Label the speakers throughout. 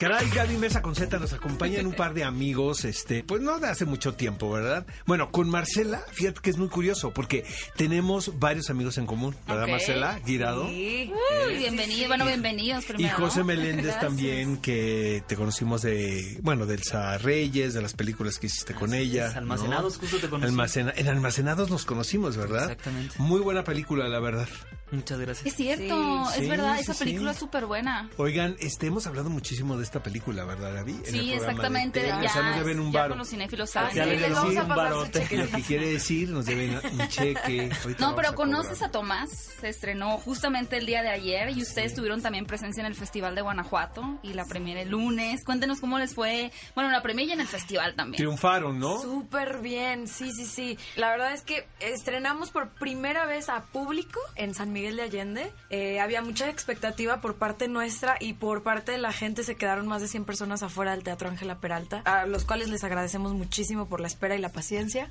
Speaker 1: Caray, Gaby Mesa con Z nos acompañan un par de amigos, este, pues no de hace mucho tiempo, ¿verdad? Bueno, con Marcela, fíjate que es muy curioso, porque tenemos varios amigos en común, ¿verdad,
Speaker 2: Ok.
Speaker 1: Marcela? Girado.
Speaker 2: Sí.
Speaker 3: Uy, bienvenido, bueno, bienvenidos
Speaker 1: Y
Speaker 3: primero.
Speaker 1: José Meléndez
Speaker 3: Gracias.
Speaker 1: también, que te conocimos de, bueno, del Sa Reyes, de las películas que hiciste con
Speaker 2: Así
Speaker 1: ella.
Speaker 2: es,
Speaker 1: ¿no?
Speaker 2: Almacenados, justo te conocí.
Speaker 1: Almacena- en Almacenados nos conocimos, ¿verdad?
Speaker 2: Exactamente.
Speaker 1: Muy buena película, la verdad.
Speaker 2: Muchas gracias.
Speaker 3: Es cierto,
Speaker 1: Sí,
Speaker 3: es
Speaker 1: sí,
Speaker 3: verdad,
Speaker 1: sí,
Speaker 3: esa
Speaker 1: sí.
Speaker 3: película es súper buena.
Speaker 1: Oigan, este, hemos hablado muchísimo de esta película, ¿verdad, Gaby? En el
Speaker 3: Sí,
Speaker 1: programa de
Speaker 3: exactamente,
Speaker 1: tele.
Speaker 3: ya,
Speaker 1: o sea, nos deben un
Speaker 3: ya
Speaker 1: varo.
Speaker 3: con los cinéfilos
Speaker 2: Ah,
Speaker 3: saben.
Speaker 2: Ya
Speaker 3: Sí,
Speaker 2: les
Speaker 3: les
Speaker 2: decí
Speaker 3: vamos a
Speaker 2: un
Speaker 3: pasar su
Speaker 2: barote.
Speaker 3: cheque.
Speaker 1: Lo que quiere decir, nos deben un cheque. Ahorita
Speaker 3: No, pero
Speaker 1: vamos
Speaker 3: conoces
Speaker 1: cobrar.
Speaker 3: a Tomás, se estrenó justamente el día de ayer y ustedes tuvieron también presencia en el Festival de Guanajuato y la premiere el lunes. Cuéntenos cómo les fue, bueno, la premiere y en el festival también.
Speaker 1: Triunfaron, ¿no?
Speaker 4: Súper bien, sí, sí, sí. La verdad es que estrenamos por primera vez a público en San Miguel de Allende. Eh, había mucha expectativa por parte nuestra y por parte de la gente se quedaron más de 100 personas afuera del Teatro Ángela Peralta, a los cuales les agradecemos muchísimo por la espera y la paciencia.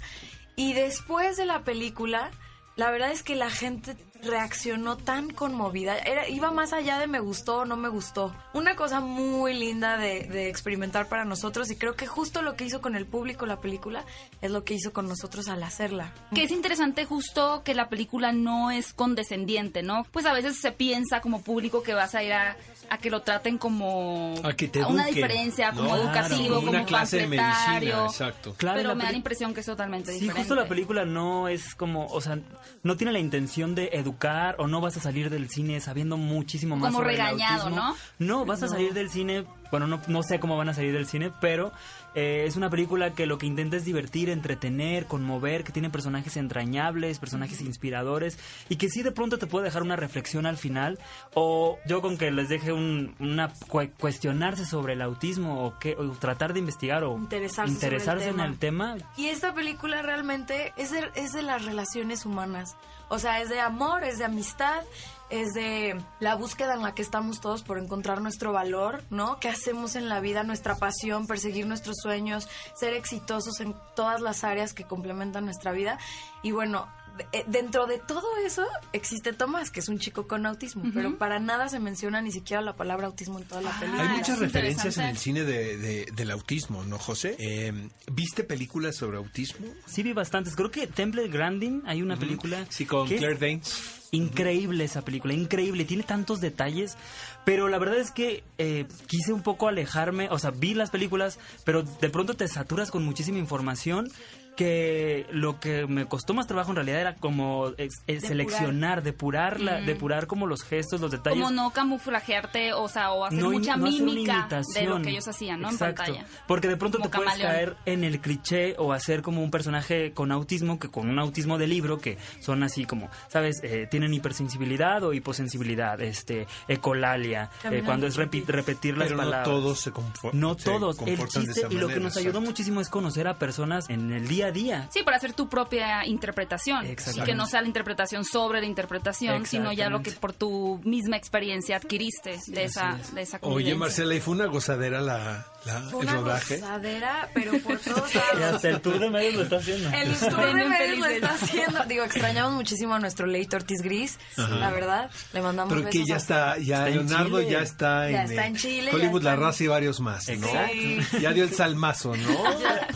Speaker 4: Y después de la película... La verdad es que la gente reaccionó tan conmovida. Era, iba más allá de me gustó o no me gustó. Una cosa muy linda de, de experimentar para nosotros y creo que justo lo que hizo con el público la película es lo que hizo con nosotros al hacerla.
Speaker 3: Que es interesante justo que la película no es condescendiente, ¿no? Pues a veces se piensa como público que vas a ir a, a que lo traten como
Speaker 1: A que te
Speaker 3: una
Speaker 1: eduquen,
Speaker 3: diferencia,
Speaker 1: ¿no?
Speaker 3: como educativo,
Speaker 1: Claro,
Speaker 3: como
Speaker 1: una clase de medicina,
Speaker 3: panfletario.
Speaker 1: exacto.
Speaker 2: Claro,
Speaker 3: pero
Speaker 2: la
Speaker 3: me da
Speaker 2: peli-
Speaker 3: la impresión que es totalmente
Speaker 2: Sí,
Speaker 3: diferente.
Speaker 2: justo la película no es como, o sea, no tiene la intención de educar o no vas a salir del cine sabiendo muchísimo más
Speaker 3: Como
Speaker 2: sobre el
Speaker 3: regañado,
Speaker 2: autismo.
Speaker 3: ¿no?
Speaker 2: No, vas a salir del cine, bueno, no, no sé cómo van a salir del cine, pero eh, es una película que lo que intenta es divertir, entretener, conmover, que tiene personajes entrañables, personajes inspiradores y que sí de pronto te puede dejar una reflexión al final o yo con que les deje un, una cue- cuestionarse sobre el autismo o, que, o tratar de investigar o
Speaker 4: Interesarse sobre el
Speaker 2: interesarse en
Speaker 4: tema.
Speaker 2: el tema.
Speaker 4: Y esta película realmente es de, es de las relaciones humanas. O sea, es de amor, es de amistad, es de la búsqueda en la que estamos todos por encontrar nuestro valor, ¿no? ¿Qué hacemos en la vida, nuestra pasión, perseguir nuestros sueños, ser exitosos en todas las áreas que complementan nuestra vida? Y bueno, de- eh, dentro de todo eso existe Tomás, que es un chico con autismo, pero para nada se menciona ni siquiera la palabra autismo en toda la
Speaker 3: Ah,
Speaker 4: película.
Speaker 1: Hay muchas
Speaker 3: es
Speaker 1: referencias en
Speaker 3: interesante.
Speaker 1: el cine de, de- del autismo, ¿no, José? Eh, ¿Viste películas sobre autismo?
Speaker 2: Sí vi bastantes. Creo que Temple Grandin, hay una película.
Speaker 1: Sí, con
Speaker 2: que es
Speaker 1: Claire Danes.
Speaker 2: Increíble esa película, increíble, tiene tantos detalles, pero la verdad es que eh, quise un poco alejarme, o sea, vi las películas, pero de pronto te saturas con muchísima información que lo que me costó más trabajo en realidad era como es- es
Speaker 4: Depurar.
Speaker 2: seleccionar, depurar, la, depurar como los gestos, los detalles.
Speaker 3: Como no camuflajearte, o sea, o hacer
Speaker 2: No im-
Speaker 3: mucha
Speaker 2: no hacer una
Speaker 3: mímica de lo
Speaker 2: imitación.
Speaker 3: que ellos hacían, ¿no?
Speaker 2: Exacto.
Speaker 3: En pantalla.
Speaker 2: Porque de pronto
Speaker 3: Como
Speaker 2: te puedes
Speaker 3: camaleón.
Speaker 2: caer en el cliché o hacer como un personaje con autismo, que con un autismo de libro, que son así como, ¿sabes? Eh, tienen hipersensibilidad o hiposensibilidad, este, ecolalia, eh,
Speaker 4: Caminan
Speaker 2: cuando es repi-
Speaker 4: chiquititos.
Speaker 2: repetir las
Speaker 1: Pero no
Speaker 2: palabras.
Speaker 1: todos se, confo-
Speaker 2: No
Speaker 1: se
Speaker 2: todos. El
Speaker 1: comportan de
Speaker 2: chiste
Speaker 1: esa
Speaker 2: y lo que
Speaker 1: manera,
Speaker 2: nos ayudó
Speaker 1: exacto.
Speaker 2: muchísimo es conocer a personas en el día a día.
Speaker 3: Sí, para hacer tu propia interpretación. Y
Speaker 2: Exactamente.
Speaker 3: que no sea la interpretación sobre la interpretación, sino ya lo que por tu misma experiencia adquiriste de, esa, de esa
Speaker 1: Oye,
Speaker 3: convivencia.
Speaker 1: Marcela, y fue una gozadera la, la-
Speaker 4: Fue
Speaker 1: el
Speaker 4: una
Speaker 1: rodaje.
Speaker 4: gozadera, pero por todos
Speaker 2: Y
Speaker 4: lados.
Speaker 2: hasta el tour de medios lo está haciendo.
Speaker 4: El
Speaker 3: Ven,
Speaker 4: Instagram
Speaker 3: bien
Speaker 4: lo
Speaker 3: felices.
Speaker 4: está haciendo. Digo, extrañamos muchísimo a nuestro Leito Ortiz Gris, la verdad. Le mandamos
Speaker 1: Pero que
Speaker 4: besos
Speaker 1: ya
Speaker 4: a-
Speaker 1: está, ya
Speaker 2: Está en
Speaker 1: Leonardo
Speaker 2: Chile.
Speaker 1: ya está
Speaker 4: Ya
Speaker 1: en,
Speaker 4: está en
Speaker 1: eh,
Speaker 4: Chile, ya
Speaker 1: Hollywood,
Speaker 4: está
Speaker 1: La
Speaker 4: en-
Speaker 1: Raza y varios más, ¿no?
Speaker 4: Exacto.
Speaker 1: Ya dio el salmazo, ¿no?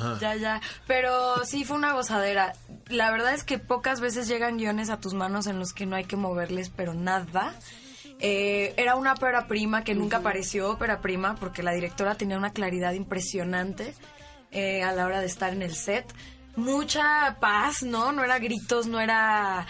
Speaker 1: Ah.
Speaker 4: Ya, ya, ya. Pero sí fue una gozadera. La verdad es que pocas veces llegan guiones a tus manos en los que no hay que moverles, pero nada. Eh, era una ópera prima que nunca pareció ópera prima porque la directora tenía una claridad impresionante eh, a la hora de estar en el set. Mucha paz, ¿no? No era gritos, no era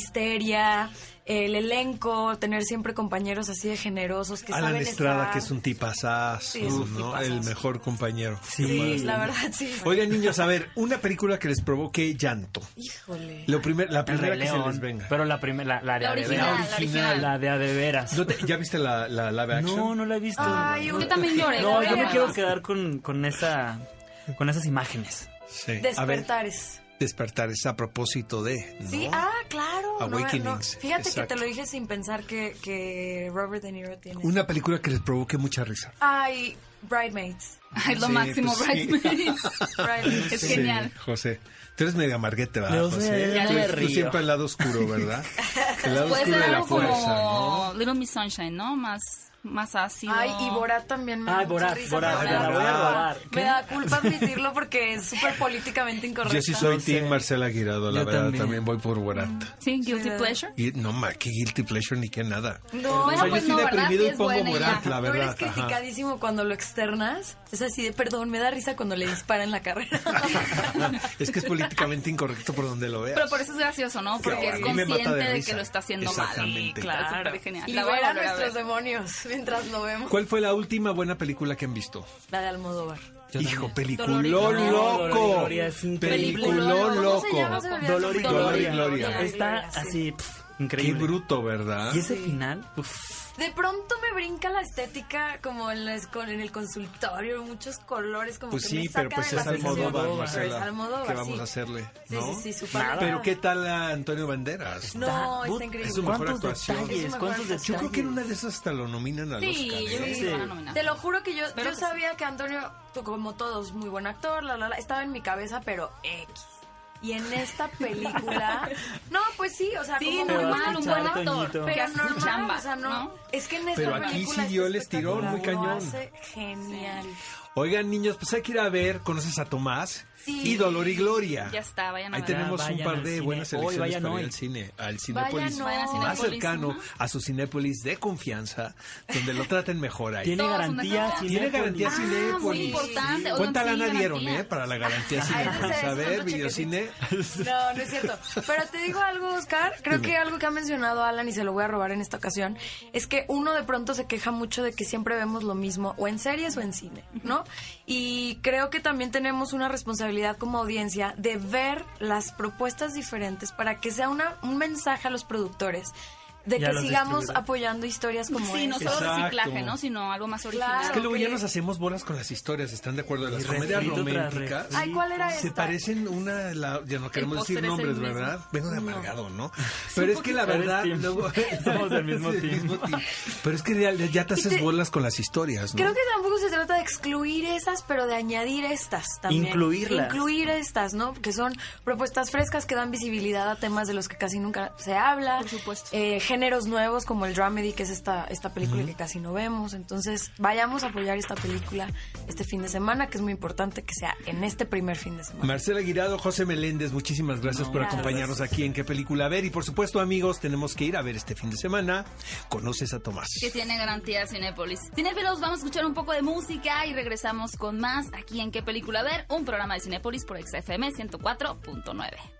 Speaker 4: histeria. El elenco, tener siempre compañeros así de generosos que
Speaker 1: Alan
Speaker 4: saben
Speaker 1: Estrada,
Speaker 4: estar.
Speaker 1: que es un tipazazo,
Speaker 4: Sí, es un
Speaker 1: ¿no?
Speaker 4: tipazazo.
Speaker 1: El mejor compañero.
Speaker 4: Sí, la verdad, sí.
Speaker 1: Oigan, niños, a ver, una película que les provoque llanto.
Speaker 4: Híjole.
Speaker 1: Lo primer, la
Speaker 2: El Rey
Speaker 1: primera que se
Speaker 2: León,
Speaker 1: les venga.
Speaker 2: Pero la primera, la, la de
Speaker 3: La
Speaker 2: a de
Speaker 3: original,
Speaker 2: veras.
Speaker 3: la original.
Speaker 2: La de a de veras.
Speaker 1: ¿No te- ¿Ya viste la, la live action?
Speaker 2: No, no la he visto.
Speaker 4: Ay,
Speaker 2: No.
Speaker 3: Yo también lloré.
Speaker 2: No,
Speaker 3: la
Speaker 2: yo me
Speaker 3: verdad.
Speaker 2: quiero quedar con, con esa con esas imágenes.
Speaker 1: Sí. A ver,
Speaker 4: Despertares.
Speaker 1: despertar es a propósito de. ¿no?
Speaker 4: Sí, ah, claro. no me-
Speaker 1: Awakenings.
Speaker 4: no. Fíjate que
Speaker 1: Exacto.
Speaker 4: te lo dije sin pensar que, que Robert De Niro tiene.
Speaker 1: Una película que les provoque mucha risa.
Speaker 4: Ay, Bridemates.
Speaker 3: Es lo
Speaker 1: Sí,
Speaker 3: máximo,
Speaker 1: pues sí.
Speaker 3: Bridesmaids.
Speaker 4: Bridemates.
Speaker 3: Es genial.
Speaker 1: Sí, José. Tú eres medio amarguete, ¿verdad,
Speaker 2: Yo sé,
Speaker 1: José?
Speaker 2: ya
Speaker 1: tú,
Speaker 2: me
Speaker 1: tú
Speaker 2: río.
Speaker 1: siempre al lado oscuro, ¿verdad? El lado
Speaker 3: Puede
Speaker 1: oscuro
Speaker 3: ser
Speaker 1: de la
Speaker 3: algo como
Speaker 1: fuerza, ¿no?
Speaker 3: Little Miss Sunshine, ¿no? Más, más ácido.
Speaker 4: Ay, y Borat también me da
Speaker 2: Ay,
Speaker 4: mucha
Speaker 2: Borat,
Speaker 4: risa,
Speaker 2: Borat,
Speaker 4: pero
Speaker 1: te la voy a
Speaker 4: culpa.
Speaker 2: robar.
Speaker 4: Me da culpa admitirlo porque es súper políticamente incorrecto.
Speaker 1: Yo sí soy Team
Speaker 2: sé.
Speaker 1: Marcela Guirado, la
Speaker 2: Yo
Speaker 1: verdad. También.
Speaker 2: también.
Speaker 1: voy por Borat.
Speaker 3: Sí, Guilty
Speaker 4: Sí.
Speaker 3: Pleasure.
Speaker 1: Y, no, ma, qué guilty pleasure ni qué nada.
Speaker 4: No,
Speaker 1: O sea, yo
Speaker 3: pues
Speaker 1: estoy
Speaker 3: no, ¿verdad?
Speaker 1: deprimido
Speaker 3: Sí
Speaker 1: y
Speaker 3: es
Speaker 1: pongo
Speaker 3: buena
Speaker 1: Borat,
Speaker 3: idea.
Speaker 1: la
Speaker 4: Tú eres
Speaker 1: verdad. ajá.
Speaker 4: criticadísimo cuando lo externas. Es así de, perdón, me da risa cuando le disparan la carrera.
Speaker 1: es que es políticamente incorrecto por donde lo veas.
Speaker 3: Pero por eso es gracioso, ¿no? Porque
Speaker 1: Claro,
Speaker 3: es
Speaker 1: a mí me mata
Speaker 3: consciente
Speaker 1: de
Speaker 3: de, que
Speaker 1: risa.
Speaker 3: lo está haciendo mal.
Speaker 1: Exactamente.
Speaker 3: Está súper genial. La voy a
Speaker 4: Libera
Speaker 3: volver a
Speaker 4: nuestros
Speaker 3: ver.
Speaker 4: demonios mientras lo vemos.
Speaker 1: ¿Cuál fue la última buena película que han visto?
Speaker 4: La de Almodóvar.
Speaker 2: Yo
Speaker 1: Hijo,
Speaker 2: también.
Speaker 1: peliculón
Speaker 3: Dolor y
Speaker 2: Gloria.
Speaker 1: loco.
Speaker 2: Dolor y Gloria es increíble.
Speaker 4: Peliculón,
Speaker 1: Peliculón
Speaker 4: ¿cómo se llama?
Speaker 1: loco.
Speaker 4: Se me olvidó.
Speaker 2: Dolor y
Speaker 1: Dolor y
Speaker 2: Gloria.
Speaker 1: Gloria.
Speaker 2: Está
Speaker 4: Sí.
Speaker 2: así, pf,
Speaker 1: Qué
Speaker 2: increíble.
Speaker 1: bruto, ¿verdad?
Speaker 2: Y ese
Speaker 4: Sí.
Speaker 2: final, uf,
Speaker 4: De pronto me brinca la estética como en, las- con- en el consultorio, muchos colores como
Speaker 1: Pues
Speaker 4: que
Speaker 1: sí,
Speaker 4: me
Speaker 1: pero
Speaker 4: saca
Speaker 1: pues
Speaker 4: de la
Speaker 1: es
Speaker 4: sección.
Speaker 1: Almodóvar,
Speaker 2: Pero
Speaker 4: Pero es
Speaker 1: Marcela.
Speaker 4: Almodóvar,
Speaker 1: ¿Qué vamos
Speaker 4: sí.
Speaker 1: a hacerle?
Speaker 4: Sí,
Speaker 1: ¿no?
Speaker 4: sí, sí, su padre.
Speaker 1: Pero ¿qué tal a Antonio Banderas?
Speaker 4: No,
Speaker 2: da-
Speaker 4: está
Speaker 2: but-
Speaker 4: increíble.
Speaker 1: Es su mejor
Speaker 2: ¿Cuántos
Speaker 1: actuación.
Speaker 4: Es
Speaker 2: detalles?
Speaker 4: su mejor
Speaker 2: ¿Cuántos
Speaker 4: actuación.
Speaker 2: detalles?
Speaker 1: Yo creo que en una de esas hasta lo nominan al
Speaker 3: Sí,
Speaker 1: Oscar.
Speaker 3: yo creo
Speaker 1: ¿eh?
Speaker 3: que sí lo van a nominar.
Speaker 4: Te lo juro que yo,
Speaker 3: Espero
Speaker 4: yo
Speaker 3: que sí.
Speaker 4: sabía que Antonio, tú como todos, muy buen actor, la, la, la, estaba en mi cabeza, pero X. Y en esta película, no, pues sí, o sea,
Speaker 3: Sí,
Speaker 4: como
Speaker 2: Pero
Speaker 4: muy
Speaker 2: vas
Speaker 3: normal,
Speaker 2: a
Speaker 4: mal,
Speaker 3: un
Speaker 2: escuchar,
Speaker 3: buen actor.
Speaker 2: Toñito.
Speaker 3: que
Speaker 4: pero
Speaker 3: hace su
Speaker 4: normal,
Speaker 3: chamba,
Speaker 4: o sea, no,
Speaker 3: ¿no?
Speaker 4: es que en esta
Speaker 1: Pero aquí
Speaker 4: película
Speaker 1: sí dio
Speaker 4: está
Speaker 1: el estirón, muy
Speaker 4: espectacular, lo
Speaker 1: cañón.
Speaker 4: hace genial.
Speaker 1: Oigan, niños, pues hay que ir a ver. ¿Conoces a Tomás?
Speaker 4: Sí.
Speaker 1: Y Dolor y Gloria.
Speaker 3: Ya está, vayan a
Speaker 1: Ahí
Speaker 3: ver.
Speaker 1: tenemos
Speaker 2: vayan
Speaker 1: un par
Speaker 2: al
Speaker 1: de
Speaker 2: cine.
Speaker 1: buenas
Speaker 2: Hoy,
Speaker 1: selecciones
Speaker 2: vayan
Speaker 1: para ir
Speaker 2: hoy.
Speaker 1: al cine, al Cinépolis
Speaker 4: Vayan
Speaker 3: Vayan a
Speaker 4: hoy.
Speaker 1: más
Speaker 3: Cinépolis,
Speaker 1: cercano
Speaker 3: ajá.
Speaker 1: a su Cinépolis de confianza, donde lo traten mejor ahí.
Speaker 2: Tiene
Speaker 3: Todos son
Speaker 2: garantía
Speaker 3: de-
Speaker 1: Tiene garantía
Speaker 3: Ah,
Speaker 1: Cinépolis.
Speaker 3: muy importante. Oigan,
Speaker 1: ¿Cuánta
Speaker 3: sí,
Speaker 1: lana
Speaker 3: garantía.
Speaker 1: dieron, eh? Para la garantía Cinépolis.
Speaker 4: ustedes
Speaker 1: A
Speaker 4: son
Speaker 1: ver,
Speaker 4: los
Speaker 1: videocine.
Speaker 4: No, no es cierto. Pero te digo algo, Oscar. Creo que algo que ha mencionado Alan y se lo voy a robar en esta ocasión es que uno de pronto se queja mucho de que siempre vemos lo mismo, o en series o en cine, ¿no? Y creo que también tenemos una responsabilidad como audiencia de ver las propuestas diferentes para que sea una, un mensaje a los productores de
Speaker 2: Y a
Speaker 4: que
Speaker 2: los
Speaker 4: sigamos
Speaker 2: distribuidores.
Speaker 4: apoyando historias como
Speaker 3: Sí, no
Speaker 4: esta.
Speaker 3: solo
Speaker 1: Exacto.
Speaker 3: reciclaje, ¿no? Sino algo más original.
Speaker 4: Claro.
Speaker 1: Es que luego ya
Speaker 4: Ok.
Speaker 1: nos hacemos bolas con las historias, ¿están de acuerdo? De las
Speaker 2: Y
Speaker 1: comedias
Speaker 2: refrito tras
Speaker 1: románticas.
Speaker 2: refrito.
Speaker 4: Ay, ¿cuál era
Speaker 1: Se
Speaker 4: esta?
Speaker 1: parecen una, la- ya no queremos decir
Speaker 3: póster es el
Speaker 1: nombres,
Speaker 3: mismo.
Speaker 1: ¿verdad? Vengo de amargado, ¿no? Pero es que la
Speaker 2: Eres
Speaker 1: verdad,
Speaker 2: team.
Speaker 1: luego-
Speaker 2: Somos del mismo
Speaker 1: Sí,
Speaker 2: team.
Speaker 1: team. Pero es que ya, ya te haces bolas con las historias, ¿no?
Speaker 4: Creo que tampoco se trata de excluir esas, pero de añadir estas también.
Speaker 2: Incluirlas.
Speaker 4: Incluir estas, ¿no? Que son propuestas frescas que dan visibilidad a temas de los que casi nunca se habla.
Speaker 3: Por supuesto.
Speaker 4: Eh, géneros nuevos como el dramedy, que es esta, esta película que casi no vemos. Entonces, vayamos a apoyar esta película este fin de semana, que es muy importante que sea en este primer fin de semana.
Speaker 1: Marcela Guirado, José Meléndez, muchísimas gracias
Speaker 2: No,
Speaker 1: por
Speaker 4: gracias.
Speaker 1: acompañarnos aquí en qué película A ver. Y por supuesto, amigos, tenemos que ir a ver este fin de semana. Conoces a Tomás.
Speaker 3: Que tiene garantía Cinépolis. Cinéfilos, vamos a escuchar un poco de música y regresamos con más aquí en qué película ver, un programa de Cinépolis por XFM 104.9.